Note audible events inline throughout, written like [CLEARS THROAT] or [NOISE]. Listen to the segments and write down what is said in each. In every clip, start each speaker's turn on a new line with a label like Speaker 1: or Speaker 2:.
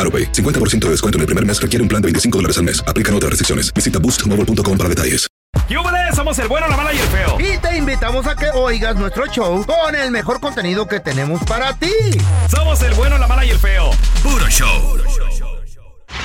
Speaker 1: AroPay. 50% de descuento en el primer mes requiere un plan de 25 dólares al mes. Aplican otras restricciones. Visita boostmobile.com para detalles.
Speaker 2: ¡Yúbales! Somos el bueno, la mala y el feo.
Speaker 3: Y te invitamos a que oigas nuestro show con el mejor contenido que tenemos para ti.
Speaker 2: Somos el bueno, la mala y el feo.
Speaker 4: Puro show.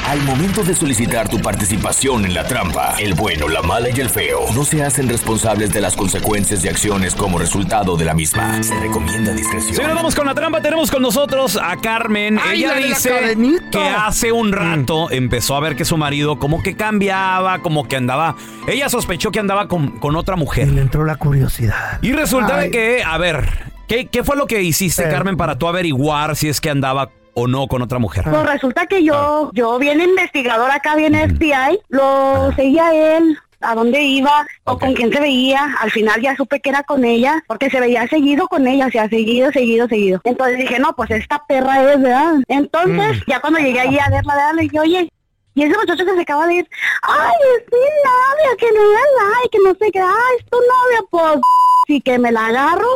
Speaker 4: Al momento de solicitar tu participación en la trampa, el bueno, la mala y el feo no se hacen responsables de las consecuencias y acciones como resultado de la misma. Se recomienda discreción.
Speaker 2: Señores, vamos con la trampa. Tenemos con nosotros a Carmen.
Speaker 3: Ay,
Speaker 2: Ella
Speaker 3: la de la
Speaker 2: dice
Speaker 3: cadenita. Mm.
Speaker 2: que hace un rato empezó a ver que su marido como que cambiaba, como que andaba. Ella sospechó que andaba con, con otra
Speaker 3: Y
Speaker 2: mujer.
Speaker 3: le entró la curiosidad.
Speaker 2: Y resulta de
Speaker 3: Ay.
Speaker 2: que, a ver, ¿qué, qué fue lo que hiciste,
Speaker 3: Eh.
Speaker 2: Carmen, para tú averiguar si es que andaba o no con otra mujer?
Speaker 5: Pues resulta que yo, yo bien investigadora acá, bien FBI, lo seguía él a dónde iba o
Speaker 2: Ok.
Speaker 5: con quién se veía. Al final ya supe que era con ella, porque se veía seguido con ella, o sea, seguido, seguido, seguido. Entonces dije, no, pues esta perra es, ¿verdad? Entonces,
Speaker 2: Mm.
Speaker 5: ya cuando llegué allí a verla, ¿verdad? le dije, oye, y ese muchacho que se acaba de ir, ay, es mi novia, que no era la, que no sé qué, ay, es tu novia, pues, sí que me la agarro.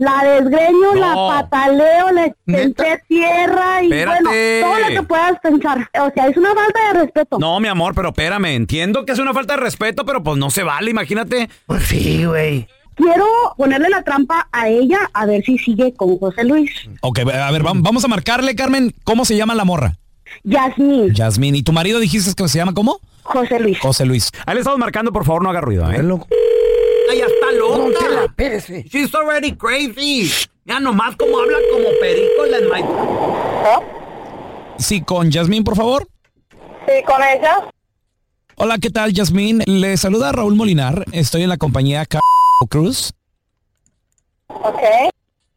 Speaker 5: La desgreño,
Speaker 2: No.
Speaker 5: la pataleo, le
Speaker 3: ¿Neta?
Speaker 5: senté tierra y y
Speaker 2: Espérate.
Speaker 5: bueno, todo lo que puedas pensar. O sea, es una falta de respeto.
Speaker 2: No, mi amor, pero espérame, entiendo que es una falta de respeto, pero pues no se vale, imagínate.
Speaker 3: Pues sí, güey.
Speaker 5: Quiero ponerle la trampa a ella a ver si sigue con José Luis.
Speaker 6: Ok, a ver, vam- vamos a marcarle, Carmen, ¿cómo se llama la morra?
Speaker 5: Yasmín,
Speaker 6: Yasmín. ¿Y tu marido dijiste que se llama cómo?
Speaker 5: José Luis.
Speaker 6: José Luis.
Speaker 2: Ahí le estamos marcando, por favor, no haga ruido, ¿eh?
Speaker 3: Loco.
Speaker 2: ¡Ella está loca!
Speaker 3: pérese.
Speaker 2: She's already crazy. Ya nomás como habla como perico la my...
Speaker 6: Sí, con Yasmín, por favor.
Speaker 5: Sí, con ella.
Speaker 6: Hola, ¿qué tal, Yasmín? Le saluda Raúl Molinar. Estoy en la compañía Car Cruz.
Speaker 5: Ok.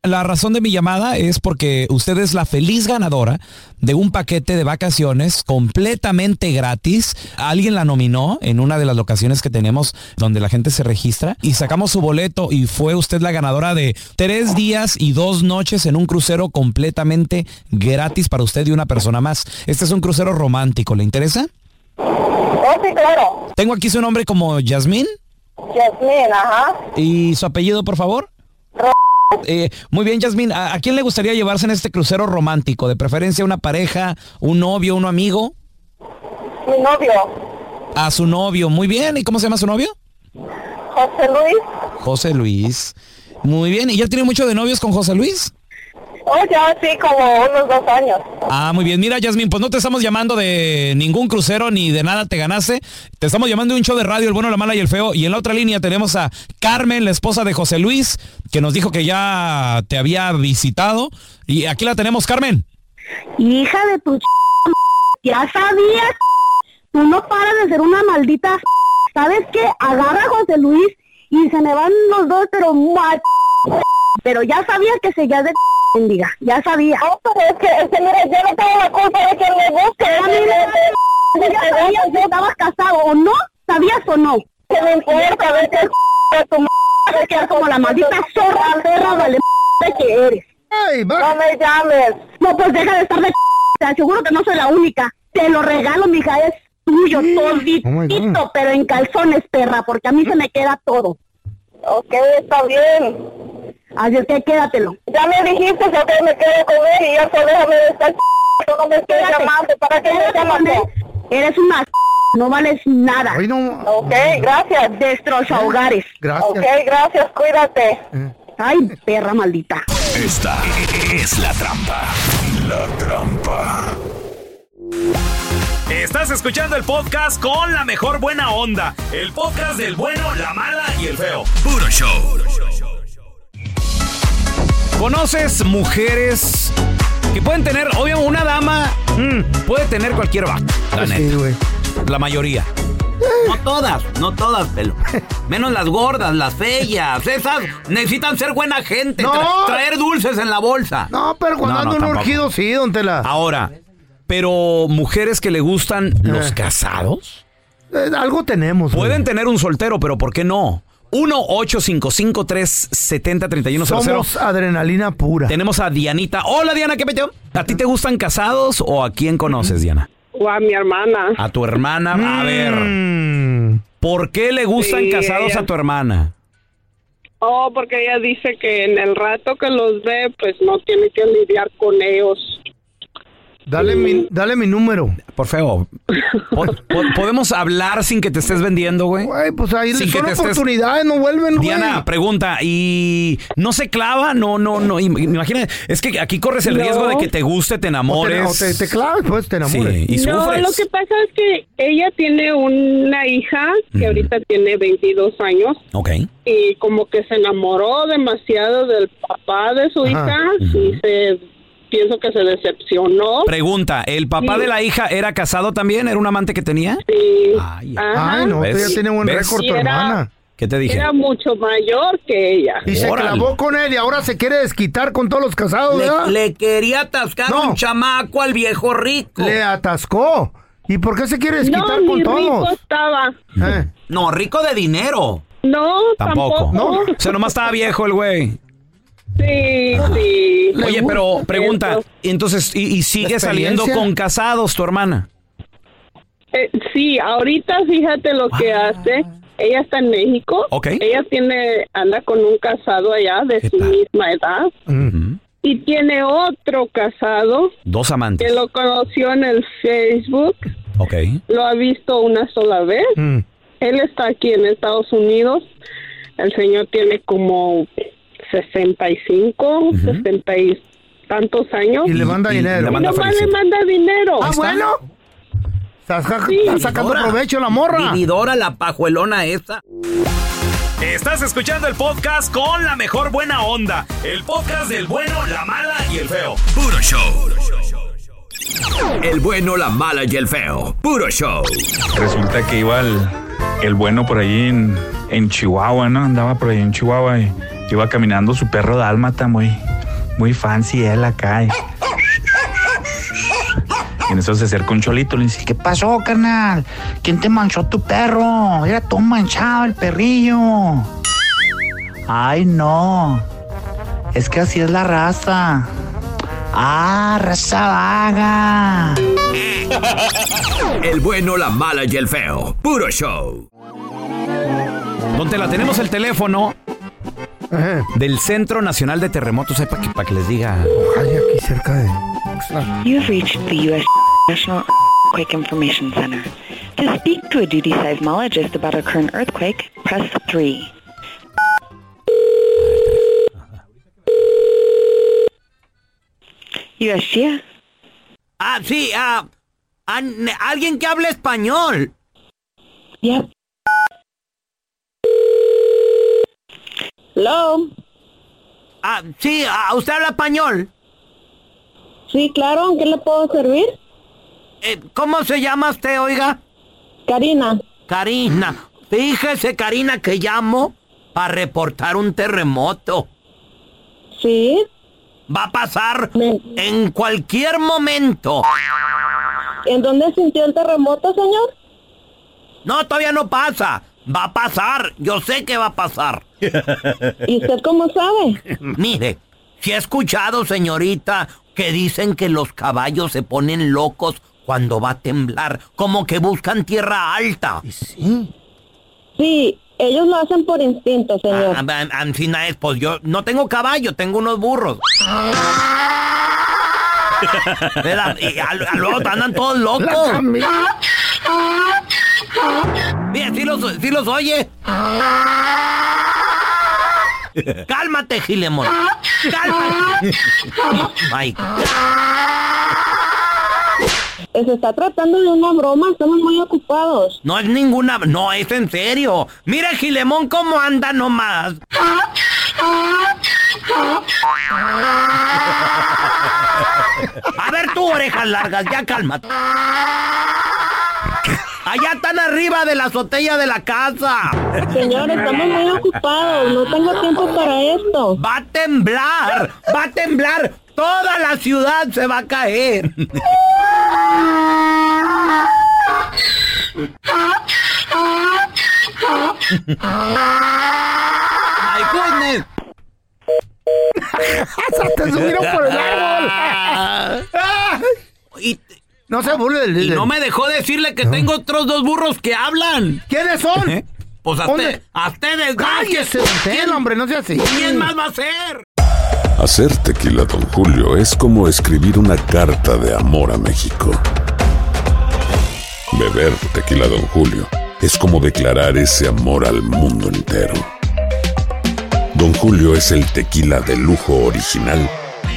Speaker 6: La razón de mi llamada es porque usted es la feliz ganadora de un paquete de vacaciones completamente gratis. Alguien la nominó en una de las locaciones que tenemos donde la gente se registra y sacamos su boleto y fue usted la ganadora de tres días y dos noches en un crucero completamente gratis para usted y una persona más. Este es un crucero romántico, ¿le interesa?
Speaker 5: Oh, sí, claro.
Speaker 6: Tengo aquí su nombre como Yasmín.
Speaker 5: Yasmín, ajá.
Speaker 6: ¿Y su apellido, por favor? Eh, muy bien, Yasmín. ¿A, a quién le gustaría llevarse en este crucero romántico? De preferencia una pareja, un novio, un amigo.
Speaker 5: Mi novio,
Speaker 6: A su novio. Muy bien. ¿Y cómo se llama su novio?
Speaker 5: José Luis.
Speaker 6: José Luis. Muy bien. ¿Y ya tiene mucho de novios con José Luis?
Speaker 5: Oh, ya, sí, como unos dos años.
Speaker 6: Ah, muy bien. Mira, Yasmín, pues no te estamos llamando de ningún crucero ni de nada te ganaste. Te estamos llamando de un show de radio, El Bueno, la Mala y el Feo. Y en la otra línea tenemos a Carmen, la esposa de José Luis, que nos dijo que ya te había visitado. Y aquí la tenemos, Carmen.
Speaker 5: Hija de tu ch... Ya sabías. Tú no paras de ser una maldita. ¿Sabes qué? Agarra a José Luis y se me van los dos, pero mal. Pero ya sabía que seguías de bendiga. Ya sabía. No, pero es que, es que mira, yo no tengo la culpa de que me busque. A mí no me- ya sabías que estabas casado o no. ¿Sabías o no? Que me importa a ver qué tu madre que como la maldita zorra perra vale m- que eres.
Speaker 3: Ay, va.
Speaker 5: me llames. No, pues deja de estar de c***. Te aseguro que no soy la única. Te lo regalo, mija, es tu tuyo, toditito, pero en calzones, perra, porque a mí se me queda todo. Ok, está bien. Así es que quédatelo. Ya me dijiste que me quedo con él y ya solo déjame de estar no me estoy llamando. ¿Para qué me llamas? Eres una no vales nada. Ok, gracias. Destroza hogares.
Speaker 3: Gracias.
Speaker 5: Ok, gracias, cuídate. Ay, perra maldita.
Speaker 4: Esta es la trampa. La trampa.
Speaker 6: Estás escuchando el podcast con la mejor buena onda. El podcast del bueno, la mala y el feo.
Speaker 4: Puro show.
Speaker 6: ¿Conoces mujeres que pueden tener, obvio, una dama mm, puede tener cualquier vato? La neta. La mayoría. No todas, no todas, pelo. Menos las gordas, las feas. Esas necesitan ser buena gente,
Speaker 3: No.
Speaker 6: tra- traer dulces en la bolsa.
Speaker 3: No, pero
Speaker 6: No,
Speaker 3: cuando
Speaker 6: no,
Speaker 3: ando un
Speaker 6: tampoco.
Speaker 3: urgido, sí, don Tela. Eh.
Speaker 6: Ahora, pero mujeres que le gustan los casados.
Speaker 3: algo tenemos.
Speaker 6: Pueden tener un soltero, pero ¿por qué no? 1-855-370-3100.
Speaker 3: Somos adrenalina pura.
Speaker 6: Tenemos a Dianita. Hola, Diana, ¿qué peteo? ¿A ti te gustan casados o a quién conoces, Diana?
Speaker 7: O a mi hermana.
Speaker 6: A tu hermana.
Speaker 3: Mm.
Speaker 6: A ver. ¿Por qué le gustan
Speaker 7: Sí,
Speaker 6: casados
Speaker 7: ella-
Speaker 6: a tu hermana?
Speaker 7: Oh, porque ella dice que en el rato que los ve, pues no tiene que lidiar con ellos.
Speaker 3: Dale mi, dale mi número.
Speaker 6: Por feo. Po- po- ¿Podemos hablar sin que te estés vendiendo, güey?
Speaker 3: Pues ahí
Speaker 6: Sin que
Speaker 3: son
Speaker 6: te estés-
Speaker 3: oportunidades, no vuelven, güey.
Speaker 6: Diana, pregunta, ¿y no se clava? No, no, no. im- Imagina, es que aquí corres el
Speaker 7: No.
Speaker 6: riesgo de que te guste, te enamores.
Speaker 3: O te, te claves, pues te enamores.
Speaker 6: Sí, y sufres.
Speaker 7: No, lo que pasa es que ella tiene una hija que ahorita tiene 22 años
Speaker 6: Ok.
Speaker 7: y como que se enamoró demasiado del papá de su hija y se pienso que se decepcionó.
Speaker 6: Pregunta, ¿el papá
Speaker 7: Sí.
Speaker 6: de la hija era casado también? ¿Era un amante que tenía?
Speaker 7: Sí.
Speaker 6: Ay,
Speaker 7: Ajá. Ay, no,
Speaker 6: ¿Ves?
Speaker 7: ella tiene buen
Speaker 6: ¿Ves?
Speaker 7: récord, tu Y era- hermana.
Speaker 6: ¿Qué te dije?
Speaker 7: Era mucho mayor que ella.
Speaker 3: Y se clavó con él y ahora se quiere desquitar con todos los casados,
Speaker 7: Le-
Speaker 3: ¿verdad?
Speaker 7: le
Speaker 6: quería atascar
Speaker 3: un
Speaker 6: chamaco al viejo rico.
Speaker 3: Le atascó. ¿Y por qué se quiere desquitar
Speaker 7: no,
Speaker 3: con
Speaker 7: ni
Speaker 3: todos?
Speaker 7: rico estaba.
Speaker 6: No, rico de dinero.
Speaker 7: No,
Speaker 6: Tampoco.
Speaker 7: Pues, tampoco.
Speaker 6: O sea, nomás estaba viejo el güey.
Speaker 7: Sí, sí.
Speaker 6: Oye, pero pregunta, entonces, ¿y, y sigue saliendo
Speaker 7: experiencia?
Speaker 6: con casados tu hermana?
Speaker 7: Eh, sí, ahorita fíjate lo que hace. Ella está en México.
Speaker 6: Ok.
Speaker 7: Ella tiene anda con un casado allá de su misma edad y tiene otro casado
Speaker 6: Dos amantes.
Speaker 7: que lo conoció en el Facebook.
Speaker 6: Ok.
Speaker 7: Lo ha visto una sola vez.
Speaker 3: Mm.
Speaker 7: Él está aquí en Estados Unidos. El señor tiene como 65, 60 y tantos años.
Speaker 3: Y le manda dinero.
Speaker 7: Y nomás le manda dinero.
Speaker 3: Ah, bueno. Estás ja- estás sacando provecho la morra.
Speaker 6: Vividora la pajuelona esta. Estás escuchando el podcast con la mejor buena onda. El podcast del bueno, la mala y el feo.
Speaker 4: Puro show. El bueno, la mala y el feo. Puro show.
Speaker 8: Resulta que iba el, el bueno por ahí en, en Chihuahua, ¿no? Andaba por ahí en Chihuahua y iba caminando su perro dálmata, muy, muy fancy él acá. Y, y en eso se acerca un cholito, le dice, ¿qué pasó, carnal? ¿Quién te manchó tu perro? Era todo manchado el perrillo. Ay, no. Es que así es la raza. Ah, raza vaga.
Speaker 6: [LAUGHS]
Speaker 4: El bueno, la mala y el feo. Puro show.
Speaker 6: Donde la tenemos el teléfono del Centro Nacional de Terremotos, sepa que para que les diga.
Speaker 3: aquí cerca de.
Speaker 9: You've reached the U.S. National Earthquake Information Center. To speak to a duty seismologist about our current earthquake, press 3. USGS?
Speaker 6: Ah, sí, ah, alguien que hable español.
Speaker 9: Yep.
Speaker 7: Hello.
Speaker 6: Ah, sí, ¿usted habla español?
Speaker 7: Sí, claro, ¿en qué le puedo servir?
Speaker 6: Eh, ¿Cómo se llama usted, oiga?
Speaker 7: Karina.
Speaker 6: Karina. Fíjese, Karina, que llamo para reportar un terremoto.
Speaker 7: Sí.
Speaker 6: Va a pasar en cualquier momento.
Speaker 7: ¿En dónde sintió el terremoto, señor?
Speaker 6: No, todavía no pasa. Va a pasar. Yo sé que va a pasar.
Speaker 7: ¿Y usted cómo sabe?
Speaker 6: [LAUGHS] Mire, si he escuchado, señorita, que dicen que los caballos se ponen locos
Speaker 2: cuando va a temblar, como que buscan tierra alta.
Speaker 3: Sí.
Speaker 5: Sí, ellos lo hacen por instinto, señor.
Speaker 2: Ancina es, pues yo no tengo caballo, tengo unos burros. ¿Verdad? Y al- al- luego andan todos locos. Mira, si los, sí los oye. Cálmate, Gilemón.
Speaker 5: Ah.
Speaker 2: Cálmate. Ay,
Speaker 5: Se está tratando de una broma, estamos muy ocupados.
Speaker 2: no es ninguna. No, es en serio. Mira, Gilemón, cómo anda nomás. A ver, tú, orejas largas, ya cálmate. Allá están arriba de la azotea de la casa.
Speaker 5: Señor, estamos muy ocupados, no tengo tiempo para esto.
Speaker 2: Va a temblar, va a temblar. Toda la ciudad se va a caer. ¡Ay,
Speaker 3: [LAUGHS]
Speaker 2: goodness!
Speaker 3: ¡Te subieron por el
Speaker 2: [LAUGHS]
Speaker 3: árbol! no se burle del
Speaker 2: Y no me dejó decirle que tengo otros dos burros que hablan.
Speaker 3: ¿Quiénes son?
Speaker 2: Pues a
Speaker 3: ¿Dónde?
Speaker 2: usted- a ustedes.
Speaker 3: ¡Cállese, don Telo, hombre! ¡No sea así!
Speaker 2: ¿Quién más va a ser?
Speaker 10: Hacer tequila, Don Julio, es como escribir una carta de amor a México. Beber tequila, Don Julio, es como declarar ese amor al mundo entero. Don Julio es el tequila de lujo original,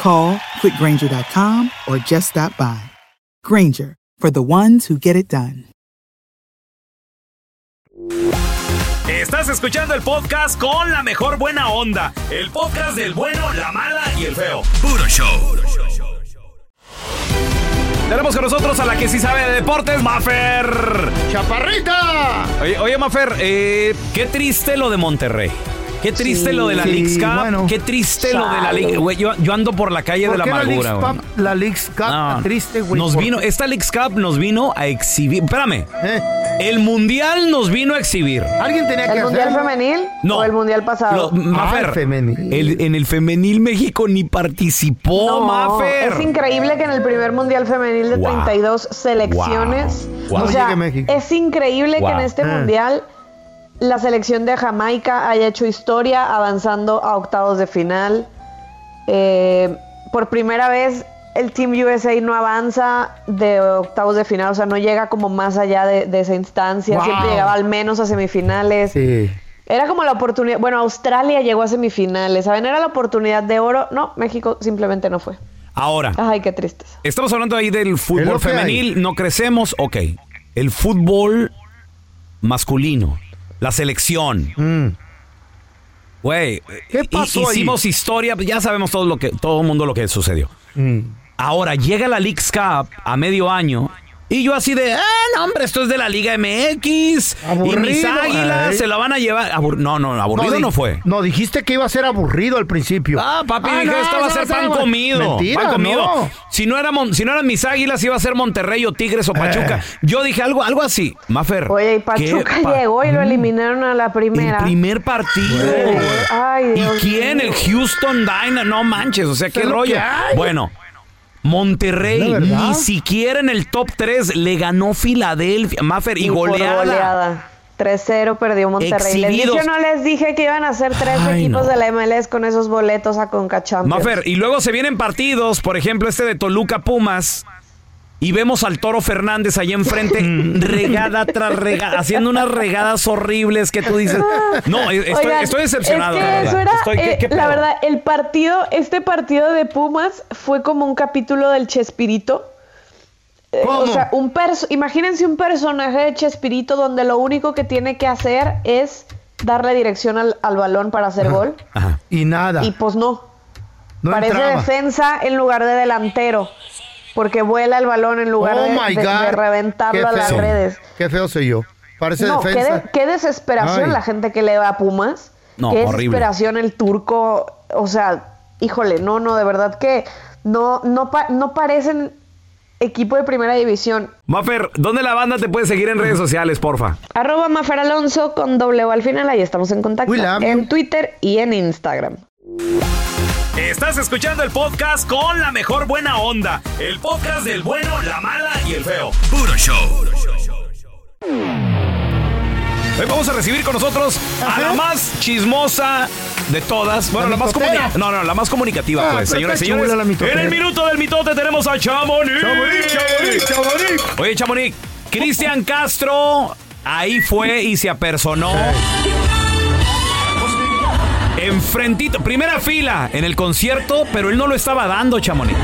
Speaker 11: Call quickgranger.com or just stop by. Granger, for the ones who get it done.
Speaker 12: Estás escuchando el podcast con la mejor buena onda. El podcast del bueno, la mala y el feo. Puro show.
Speaker 6: Tenemos con nosotros a la que sí sabe de deportes, Mafer.
Speaker 3: ¡Chaparrita!
Speaker 6: Oye, oye, Mafer, eh, qué triste lo de Monterrey. Qué triste
Speaker 3: Sí.
Speaker 6: lo de la
Speaker 3: Sí,
Speaker 6: Leagues Cup.
Speaker 3: bueno.
Speaker 6: Qué triste lo de la Leagues
Speaker 3: Chale.
Speaker 6: Güey, yo, yo ando por la calle de
Speaker 3: ¿Por
Speaker 6: la
Speaker 3: qué la
Speaker 6: amargura,
Speaker 3: Leagues
Speaker 6: güey.
Speaker 3: Cup, la Leagues Cup
Speaker 6: No,
Speaker 3: está triste, güey.
Speaker 6: Nos
Speaker 3: ¿por
Speaker 6: vino,
Speaker 3: qué? Eh.
Speaker 6: esta Leagues Cup nos vino a exhibir. Espérame. El Mundial nos vino a exhibir.
Speaker 3: Alguien tenía que
Speaker 13: ¿El mundial
Speaker 3: hacerlo.
Speaker 13: femenil?
Speaker 6: No.
Speaker 13: ¿O el mundial pasado?
Speaker 3: Ah,
Speaker 6: Lo- Mafer, el- en el femenil México ni participó,
Speaker 13: No,
Speaker 6: Mafer.
Speaker 13: Es increíble que en el primer mundial femenil de
Speaker 6: Wow.
Speaker 13: 32 selecciones.
Speaker 6: Wow.
Speaker 13: O
Speaker 6: No
Speaker 13: sea,
Speaker 6: llegue México.
Speaker 13: es increíble
Speaker 6: Wow.
Speaker 13: que en este
Speaker 6: Ah.
Speaker 13: mundial la selección de Jamaica haya hecho historia avanzando a octavos de final. Eh, por primera vez el Team USA no avanza de octavos de final, o sea, no llega como más allá de, de esa instancia.
Speaker 14: Wow.
Speaker 13: Siempre llegaba al menos a semifinales.
Speaker 3: Sí.
Speaker 13: Era como la oportunidad. Bueno, Australia llegó a semifinales, ¿saben? Era la oportunidad de oro. No, México simplemente no fue.
Speaker 6: Ahora,
Speaker 13: Ay, qué triste.
Speaker 6: Estamos hablando ahí del
Speaker 13: Es
Speaker 6: fútbol
Speaker 13: lo que hay.
Speaker 6: femenil, no crecemos, ok. El fútbol masculino, la selección. Güey,
Speaker 3: Mm. ¿Qué pasó
Speaker 6: hi-
Speaker 3: ahí?
Speaker 6: hicimos historia, pues ya sabemos todo lo que todo el mundo lo que sucedió.
Speaker 3: Mm.
Speaker 6: Ahora llega la Leagues Cup a medio año y yo así de, ah, no, hombre, esto es de la Liga MX y mis
Speaker 3: Aburrido,
Speaker 6: águilas
Speaker 3: ey.
Speaker 6: se la van a llevar. Abur- no, no, aburrido no,
Speaker 3: di-
Speaker 6: fue.
Speaker 3: No, dijiste que iba a ser aburrido al principio.
Speaker 6: Ah, papi, dije,
Speaker 3: no,
Speaker 6: esto va a
Speaker 3: no,
Speaker 6: ser
Speaker 3: no,
Speaker 6: pan
Speaker 3: no.
Speaker 6: comido.
Speaker 3: Mentira,
Speaker 6: pan comido.
Speaker 3: no.
Speaker 6: Si, no era Mon- si no eran mis águilas, iba a ser Monterrey o Tigres o
Speaker 13: Eh.
Speaker 6: Pachuca. Yo dije algo, algo así. Mafer. Oye, y
Speaker 13: Pachuca llegó y lo eliminaron a la primera.
Speaker 6: Mm. Primer partido.
Speaker 13: Ay,
Speaker 6: ¿Y
Speaker 13: Dios
Speaker 6: quién?
Speaker 13: mío.
Speaker 6: El Houston Dynamo. No manches, o sea, qué
Speaker 13: ¿Es lo
Speaker 6: rollo.
Speaker 13: que hay?
Speaker 6: Bueno, Monterrey
Speaker 13: ¿Es la verdad?
Speaker 6: ni siquiera en el top 3 le ganó Filadelfia. Mafer, y
Speaker 13: Y por
Speaker 6: goleada.
Speaker 13: goleada. 3-0 perdió Monterrey. Les dije,
Speaker 6: Exhibidos.
Speaker 13: yo no les dije que iban a ser tres
Speaker 6: Ay,
Speaker 13: equipos
Speaker 6: no.
Speaker 13: de la MLS con esos boletos a Concachampions.
Speaker 6: Mafer, y luego se vienen partidos, por ejemplo, este de Toluca Pumas. Y vemos al Toro Fernández allá enfrente, regada tras regada, haciendo unas regadas horribles que tú dices. No, e- estoy,
Speaker 13: Oigan,
Speaker 6: estoy decepcionado.
Speaker 13: es que
Speaker 6: la verdad.
Speaker 13: eso era,
Speaker 6: Estoy- ¿qué-
Speaker 13: eh,
Speaker 6: qué
Speaker 13: la
Speaker 6: pedo?
Speaker 13: verdad, el partido, este partido de Pumas fue como un capítulo del Chespirito. Eh, O
Speaker 14: ¿Cómo?
Speaker 13: sea, un perso- imagínense un personaje de Chespirito donde lo único que tiene que hacer es darle dirección al, al balón para hacer gol.
Speaker 3: Y nada.
Speaker 13: Y pues no.
Speaker 3: No
Speaker 13: Parece
Speaker 3: entraba.
Speaker 13: defensa en lugar de delantero. Porque vuela el balón en lugar
Speaker 3: Oh
Speaker 13: de,
Speaker 3: my
Speaker 13: de- de
Speaker 3: God.
Speaker 13: reventarlo
Speaker 3: Qué
Speaker 13: a las
Speaker 3: feo.
Speaker 13: redes.
Speaker 3: Qué feo soy yo. Parece
Speaker 13: No, qué,
Speaker 3: defensa.
Speaker 13: de- qué desesperación
Speaker 3: Ay.
Speaker 13: la gente que le va a Pumas.
Speaker 3: No,
Speaker 13: qué
Speaker 3: horrible.
Speaker 13: desesperación el turco. O sea, híjole, no, no, de verdad que no, no, pa- no parecen equipo de primera división.
Speaker 6: Mafer, ¿dónde la banda te puede seguir en redes sociales, porfa?
Speaker 13: Arroba Mafer Alonso con doble O al final, ahí estamos en contacto. En Twitter y en Instagram.
Speaker 12: Estás escuchando el podcast con la mejor buena onda. El podcast del bueno, la mala y el feo. Puro show.
Speaker 6: Hoy vamos a recibir con nosotros a la más chismosa de todas. Bueno, la, más
Speaker 12: mitotera.
Speaker 6: comunica- No, no, la más comunicativa,
Speaker 12: Ah,
Speaker 6: pues,
Speaker 12: pero
Speaker 6: señores,
Speaker 12: está chula
Speaker 6: señores.
Speaker 12: la mitotera.
Speaker 6: En el minuto del mitote tenemos a Chamonix.
Speaker 12: Chamonix, Chamonix, Chamonix.
Speaker 6: Oye, Chamonix, Cristian Castro ahí fue y se apersonó. Enfrentito, primera fila en el concierto, pero él no lo estaba dando, Chamonix.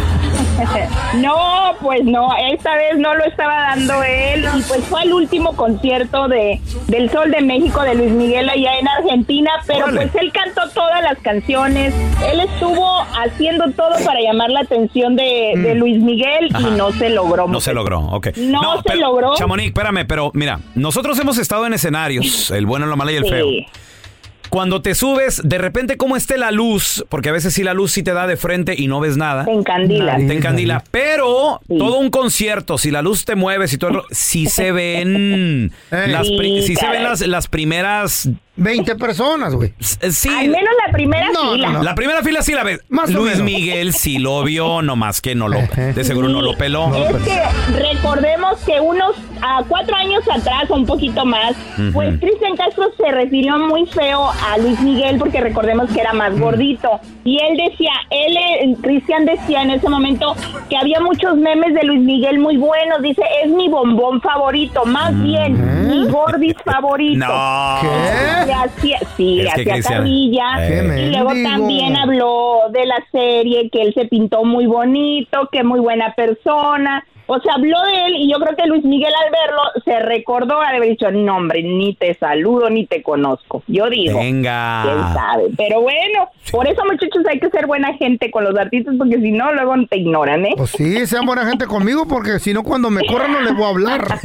Speaker 14: [LAUGHS] No, pues no, esta vez no lo estaba dando él y pues fue el último concierto de del Sol de México de Luis Miguel allá en Argentina, pero
Speaker 15: Órale.
Speaker 14: pues él cantó todas las canciones, él estuvo haciendo todo para llamar la atención de, de Luis Miguel
Speaker 6: Ajá.
Speaker 14: y no se logró.
Speaker 6: No se logró, ok.
Speaker 14: No se
Speaker 6: pero-
Speaker 14: logró.
Speaker 6: Chamonix, espérame, pero mira, nosotros hemos estado en escenarios, el bueno, lo malo y el
Speaker 14: Sí.
Speaker 6: feo. Cuando te subes, de repente como esté la luz, porque a veces sí la luz sí te da de frente y no ves nada. Te
Speaker 14: encandila.
Speaker 6: Te encandila. Pero todo un concierto, si la luz te mueves y todo, el ro- sí se
Speaker 14: [LAUGHS]
Speaker 6: ven
Speaker 3: Eh.
Speaker 6: las,
Speaker 14: Sí,
Speaker 6: pri- sí se
Speaker 14: caray.
Speaker 6: ven las, las primeras eh,
Speaker 3: 20 personas, güey.
Speaker 6: Sí.
Speaker 14: Al menos la primera fila.
Speaker 6: La primera fila sí la ves.
Speaker 14: Más o
Speaker 6: Luis
Speaker 14: menos.
Speaker 6: Miguel sí lo vio, nomás que no lo. De seguro no lo peló.
Speaker 14: Es que recordemos que unos a cuatro años atrás o un poquito más,
Speaker 6: Ujú.
Speaker 14: pues Cristian Castro se refirió muy feo a Luis Miguel porque recordemos que era más gordito. Y él decía, él, eh, Cristian decía en ese momento que había muchos memes de Luis Miguel muy buenos. Dice, es mi bombón favorito, más bien, mi gordis favorito.
Speaker 6: No. ¿Qué?
Speaker 14: Le hacía- sí,
Speaker 6: Es que
Speaker 14: hacía
Speaker 6: Cristian- eh.
Speaker 14: carrilla.
Speaker 6: Qué
Speaker 14: Y luego
Speaker 6: mendigo.
Speaker 14: también habló de la serie, que él se pintó muy bonito, que muy buena persona. O sea, habló de él y yo creo que Luis Miguel al verlo se recordó al haber dicho, no hombre, ni te saludo, ni te conozco. Yo digo,
Speaker 6: Venga.
Speaker 14: quién sabe. Pero bueno, por eso muchachos hay que ser buena gente con los artistas porque si no, luego
Speaker 3: [LAUGHS]
Speaker 14: te ignoran, ¿eh?
Speaker 3: Pues sí, sean buena gente conmigo porque si no cuando me corran no les voy a hablar.
Speaker 14: [LAUGHS]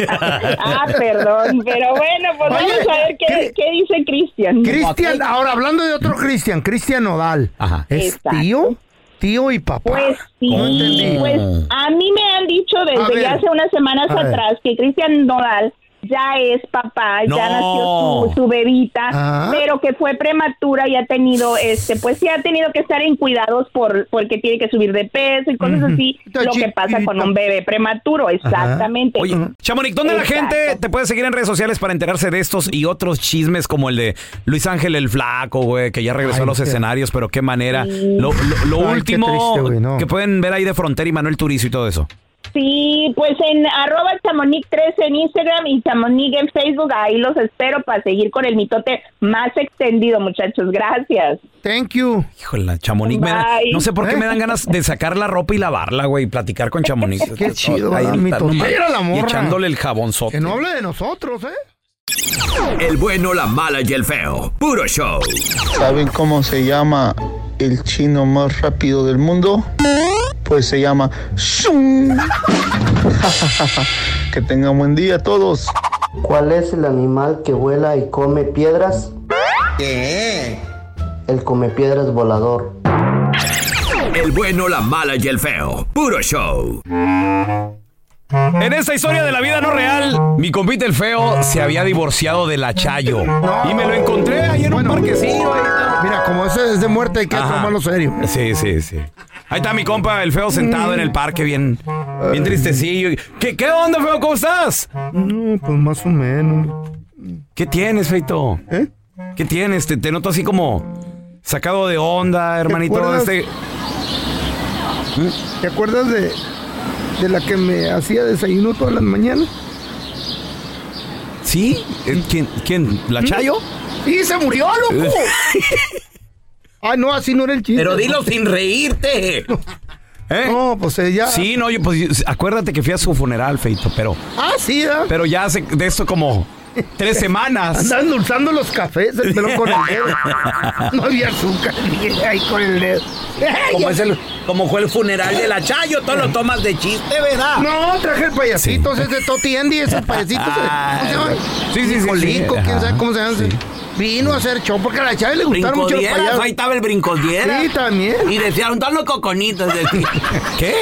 Speaker 14: Ah, perdón, pero bueno, pues
Speaker 3: Oye,
Speaker 14: vamos a ver qué, qué dice Cristian.
Speaker 3: Cristian, ahora hablando de otro Cristian, Cristian Nodal. ¿Es
Speaker 14: Exacto.
Speaker 3: tío? Tío y papá.
Speaker 14: Pues sí,
Speaker 3: No entendí.
Speaker 14: pues
Speaker 6: Oh.
Speaker 14: a mí me han dicho
Speaker 3: A
Speaker 14: desde
Speaker 3: ver.
Speaker 14: ya hace unas semanas
Speaker 3: A ver.
Speaker 14: atrás que Cristian Nodal ya es papá, ya
Speaker 6: No.
Speaker 14: nació su, su bebita,
Speaker 6: Ah.
Speaker 14: pero que fue prematura y ha tenido, este, pues sí ha tenido que estar en cuidados por porque tiene que subir de peso y cosas
Speaker 6: Ujú.
Speaker 14: así, lo que pasa con un bebé prematuro, exactamente.
Speaker 6: Oye, Chamonix, ¿dónde la
Speaker 14: Exacto.
Speaker 6: gente te puede seguir en redes sociales para enterarse de estos y otros chismes como el de Luis Ángel el Flaco, güey, que ya regresó a los escenarios, pero qué manera. Lo, lo- lo
Speaker 3: Ay, qué
Speaker 6: último
Speaker 3: triste, güey, no.
Speaker 6: que pueden ver ahí de Frontera y Manuel Turizo y todo eso.
Speaker 14: Sí, pues en arroba chamonix 3 en Instagram y chamonix en Facebook. Ahí los espero para seguir con el mitote más extendido, muchachos. Gracias.
Speaker 3: Thank you.
Speaker 6: Híjole, Chamonix, me da-
Speaker 14: Bye.
Speaker 6: no sé por qué
Speaker 3: ¿Eh?
Speaker 6: me dan ganas de sacar la ropa y lavarla, güey, y platicar con Chamonix.
Speaker 3: [LAUGHS] Qué chido,
Speaker 6: Ahí,
Speaker 3: ¿verdad? Mi
Speaker 6: no mames.
Speaker 3: totera, la
Speaker 6: Y
Speaker 3: morra.
Speaker 6: echándole el jabonzote.
Speaker 3: Que no hable de nosotros, ¿eh?
Speaker 12: El bueno, la mala y el feo. Puro show.
Speaker 16: ¿Saben cómo se llama el chino más rápido del mundo? Pues se llama Shun. [LAUGHS] que tengan buen día todos.
Speaker 17: ¿Cuál es el animal que vuela y come piedras? ¿Qué? El come piedras volador.
Speaker 12: El bueno, la mala y el feo. Puro show.
Speaker 6: En esta historia de la vida no real, mi compita el feo se había divorciado de la Chayo. Y me lo encontré ayer en un parquecillo.
Speaker 3: Mira, como ese es de muerte, hay que tomarlo serio.
Speaker 6: Sí, sí, sí. Ahí está mi compa, el feo sentado en el parque, bien, bien tristecillo. ¿Qué, ¿Qué onda, feo? ¿Cómo estás?
Speaker 3: No, pues más o menos. ¿Eh?
Speaker 6: ¿Qué tienes, Feito? ¿Qué tienes? Te, te noto así como sacado de onda, hermanito.
Speaker 3: acuerdas?
Speaker 6: Este...
Speaker 3: ¿Te acuerdas de, de la que me hacía desayuno todas las mañanas?
Speaker 6: ¿Sí? Eh, ¿Quién? ¿Quién? ¿La Chayo?
Speaker 3: ¡Y se murió,
Speaker 6: [LAUGHS]
Speaker 3: loco! ah, no, así no era el chiste.
Speaker 6: Pero dilo sin reírte. ¿Eh?
Speaker 3: No, pues ella.
Speaker 6: Sí, no, yo, pues acuérdate que fui a su funeral, Feito, pero.
Speaker 3: Ah, sí, ¿eh?
Speaker 6: Pero ya hace de esto como tres semanas.
Speaker 3: Andaba endulzando los cafés, el pelón con el dedo. No había azúcar, [LAUGHS] ahí con el dedo.
Speaker 2: Como, es el- como fue el funeral de la Chayo, todo lo tomas de chiste, ¿verdad?
Speaker 3: No, traje el payasito, ese de Toti Andy, esos
Speaker 6: pues,
Speaker 3: payasitos. eh, ¿Cómo se llama?
Speaker 6: Ah, Sí, sí, sí.
Speaker 3: Colico,
Speaker 2: sí.
Speaker 3: quién sabe cómo se llama. Vino a hacer show porque a la chave le gustaron mucho los
Speaker 2: Brincodieras,
Speaker 3: payasos.
Speaker 2: ahí estaba el brincodiera.
Speaker 3: Sí, también.
Speaker 2: Y decía, un los coconitos.
Speaker 6: [LAUGHS] ¿Qué?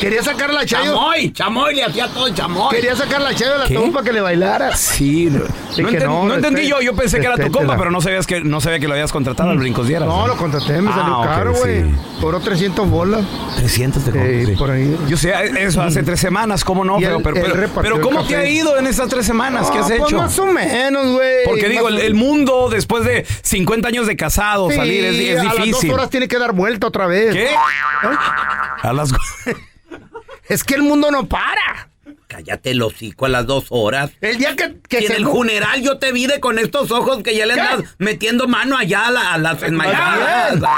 Speaker 3: Quería sacar la Chayo.
Speaker 2: Chamoy, chamoy, le hacía todo chamoy.
Speaker 3: Quería sacar la chave a la
Speaker 2: ¿Qué?
Speaker 3: toma para que le bailara.
Speaker 6: Sí, no,
Speaker 3: Dije,
Speaker 6: no, enten-
Speaker 3: no,
Speaker 6: no entendí
Speaker 3: respete-
Speaker 6: yo, yo pensé que era tu
Speaker 3: respétela.
Speaker 6: compa, pero no sabías que no sabía que lo habías contratado al Brincos Dieras.
Speaker 3: No, lo contraté, me
Speaker 6: Ah,
Speaker 3: salió
Speaker 6: ok,
Speaker 3: caro, güey. Cobró 300 bolas.
Speaker 6: 300 te
Speaker 3: eh, por ahí.
Speaker 6: Yo sé, eso hace tres semanas, ¿cómo no?
Speaker 3: Y
Speaker 6: Pero,
Speaker 3: él-
Speaker 6: pero,
Speaker 3: él
Speaker 6: pero-
Speaker 3: repartió
Speaker 6: pero
Speaker 3: el
Speaker 6: ¿cómo te
Speaker 3: café.
Speaker 6: ha ido en estas tres semanas? ¿Qué
Speaker 3: Ah,
Speaker 6: has
Speaker 3: pues
Speaker 6: hecho?
Speaker 3: más o menos, güey.
Speaker 6: Porque digo,
Speaker 3: Más
Speaker 6: el,
Speaker 3: o-
Speaker 6: el mundo después de 50 años de casado,
Speaker 3: Sí,
Speaker 6: salir es, es
Speaker 3: a las dos
Speaker 6: difícil.
Speaker 3: horas tiene que dar vuelta otra vez.
Speaker 6: ¿Qué?
Speaker 3: Ay,
Speaker 6: A las
Speaker 3: Es que el mundo no para.
Speaker 2: Cállate el hocico a las dos horas.
Speaker 3: El día que, que
Speaker 2: Y en
Speaker 3: se-
Speaker 2: el funeral yo te vi de con estos ojos que ya le
Speaker 3: ¿Qué?
Speaker 2: andas metiendo mano allá a, la- a las enmayadas. A, Pues,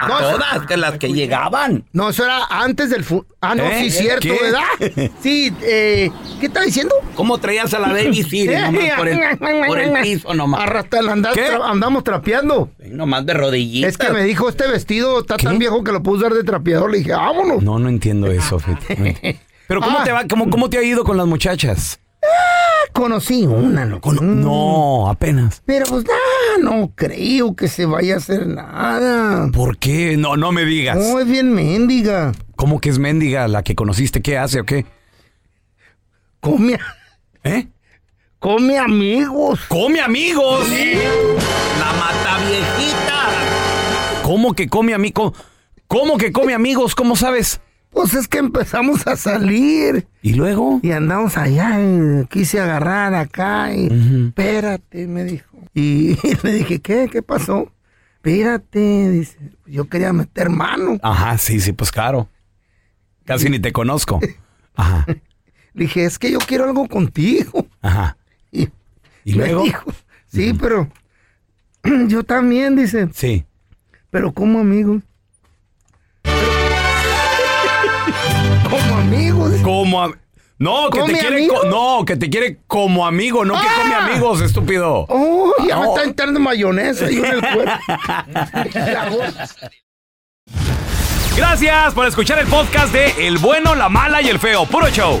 Speaker 2: a
Speaker 3: No,
Speaker 2: todas, de las que llegaban.
Speaker 3: No, eso era antes del fu- Ah, no,
Speaker 2: ¿Eh?
Speaker 3: sí, cierto,
Speaker 2: ¿Qué? [LAUGHS]
Speaker 3: ¿verdad? Sí, eh, ¿qué está diciendo?
Speaker 2: ¿Cómo traías a la baby
Speaker 3: [LAUGHS]
Speaker 2: Siri nomás por el, por el piso nomás?
Speaker 3: Arrastra- andas
Speaker 2: ¿Qué?
Speaker 3: tra- andamos trapeando.
Speaker 2: Nomás de rodillitas.
Speaker 3: Es que me dijo, este vestido está tan viejo que lo puedo usar de trapeador. Le dije, vámonos.
Speaker 6: No, no entiendo
Speaker 3: [LAUGHS]
Speaker 6: eso, Fete. No entiendo. Pero ¿cómo,
Speaker 3: Ah.
Speaker 6: te va, cómo, cómo te ha ido con las muchachas?
Speaker 3: Conocí una, loco.
Speaker 6: No, apenas.
Speaker 3: Pero pues nah, no creo que se vaya a hacer nada.
Speaker 6: ¿Por qué? No, no me digas.
Speaker 3: No, Oh, es bien mendiga.
Speaker 6: ¿Cómo que es mendiga la que conociste? ¿Qué hace o qué?
Speaker 3: Come a-
Speaker 6: ¿Eh?
Speaker 3: Come amigos.
Speaker 6: ¡Come amigos!
Speaker 2: La mata viejita.
Speaker 6: ¿Cómo que come amigos? ¿Cómo que come amigos? ¿Cómo sabes?
Speaker 3: Pues es que empezamos a salir.
Speaker 6: ¿Y luego?
Speaker 3: Y andamos allá, y quise agarrar acá y espérate, me dijo. Y [LAUGHS] le dije, ¿qué? ¿Qué pasó? Espérate, dice, yo quería meter mano.
Speaker 6: Ajá, sí, sí, pues claro. Casi ni te
Speaker 3: [LAUGHS]
Speaker 6: conozco. Ajá,
Speaker 3: Le dije, es que yo quiero algo contigo.
Speaker 6: ajá.
Speaker 3: Y,
Speaker 6: ¿Y
Speaker 3: me
Speaker 6: luego?
Speaker 3: dijo, sí, pero [CLEARS THROAT] yo también, dice,
Speaker 6: Sí.
Speaker 3: pero como
Speaker 6: [LAUGHS]
Speaker 3: amigo. como amigo, dice.
Speaker 6: Como am- No, que te
Speaker 3: ¿Come
Speaker 6: quiere.
Speaker 3: amigo?
Speaker 6: co- No, que te quiere como amigo, no que come amigos, estúpido.
Speaker 3: Oh, ya me
Speaker 6: Oh.
Speaker 3: está entrando mayonesa ahí en el cuerpo.
Speaker 12: Gracias por escuchar el podcast de El bueno, la mala y el feo. Puro show.